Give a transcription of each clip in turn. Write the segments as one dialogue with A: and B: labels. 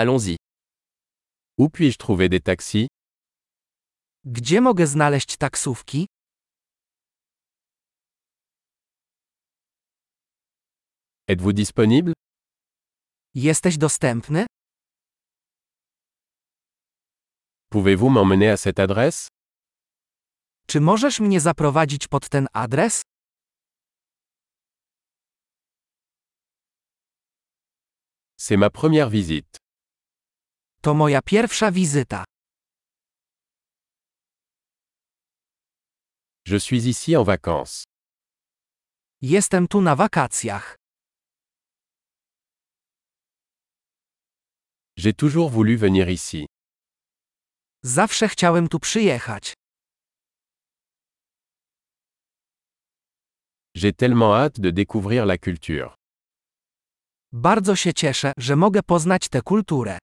A: Allons-y. Où puis-je trouver des taxis
B: Gdzie mogę znaleźć taksówki?
A: Êtes-vous disponible
B: Jesteś dostępny?
A: Pouvez-vous m'emmener à cette adresse
B: Czy możesz mnie zaprowadzić pod ten adres?
A: C'est ma première visite.
B: To moja pierwsza wizyta.
A: Je suis ici en vacances.
B: Jestem tu na wakacjach.
A: J'ai toujours voulu venir ici.
B: Zawsze chciałem tu przyjechać.
A: J'ai tellement hâte de découvrir la culture.
B: Bardzo się cieszę, że mogę poznać tę kulturę.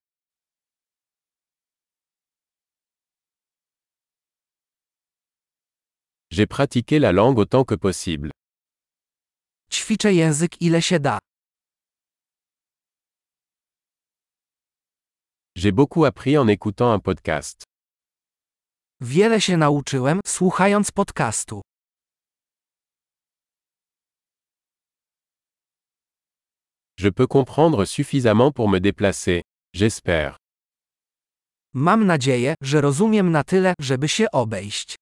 A: J'ai pratiqué la langue autant que possible.
B: Ćwiczę język ile się da.
A: J'ai beaucoup appris en écoutant un podcast.
B: Wiele się nauczyłem, słuchając podcastu.
A: Je peux comprendre suffisamment pour me déplacer. J'espère.
B: Mam nadzieję, że rozumiem na tyle, żeby się obejść.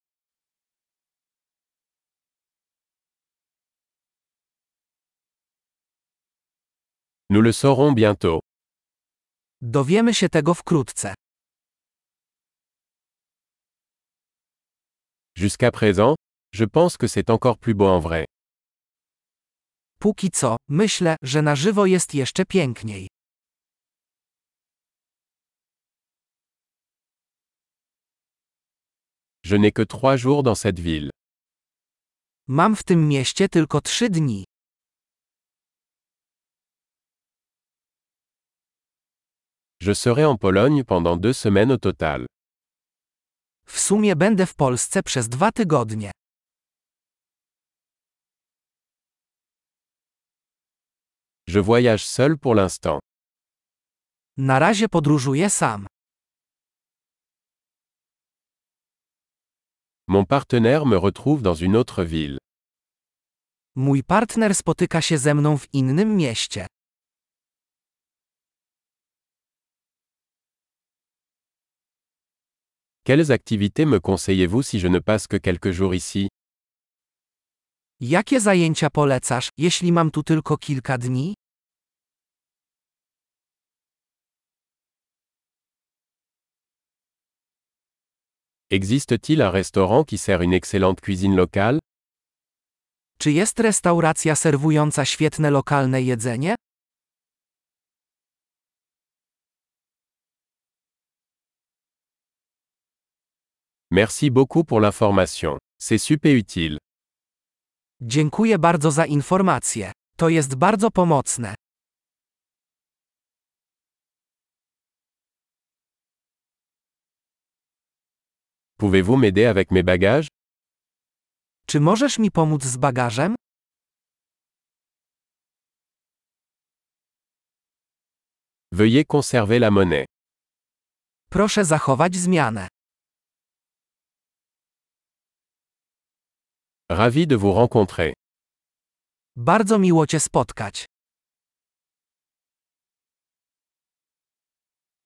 A: Nous le saurons bientôt.
B: Dowiemy się tego wkrótce.
A: Jusqu'à présent, je pense que c'est encore plus beau en vrai.
B: Póki co, myślę, że na żywo jest jeszcze piękniej.
A: Je n'ai que trois jours dans cette ville.
B: Mam w tym mieście tylko trzy dni.
A: Je serai en Pologne pendant deux semaines au total.
B: W sumie będę w Polsce przez dwa tygodnie.
A: Je voyage seul pour l'instant.
B: Na razie podróżuję sam.
A: Mon partenaire me retrouve dans une autre ville.
B: Mój partner spotyka się ze mną w innym mieście.
A: Quelles activités me conseillez-vous si je ne passe que quelques jours ici
B: Jakie zajęcia polecasz, jeśli mam tu tylko kilka dni?
A: Existe-t-il un restaurant qui sert une excellente cuisine locale
B: Czy jest restauracja serwująca świetne lokalne jedzenie?
A: Merci beaucoup pour l'information. C'est super utile.
B: Dziękuję bardzo za informację. To jest bardzo pomocne.
A: Pouvez-vous m'aider avec mes bagages
B: Czy możesz mi pomóc z bagażem?
A: Veuillez conserver la monnaie.
B: Proszę zachować zmianę.
A: Ravi de vous rencontrer.
B: Bardzo miło Cię spotkać.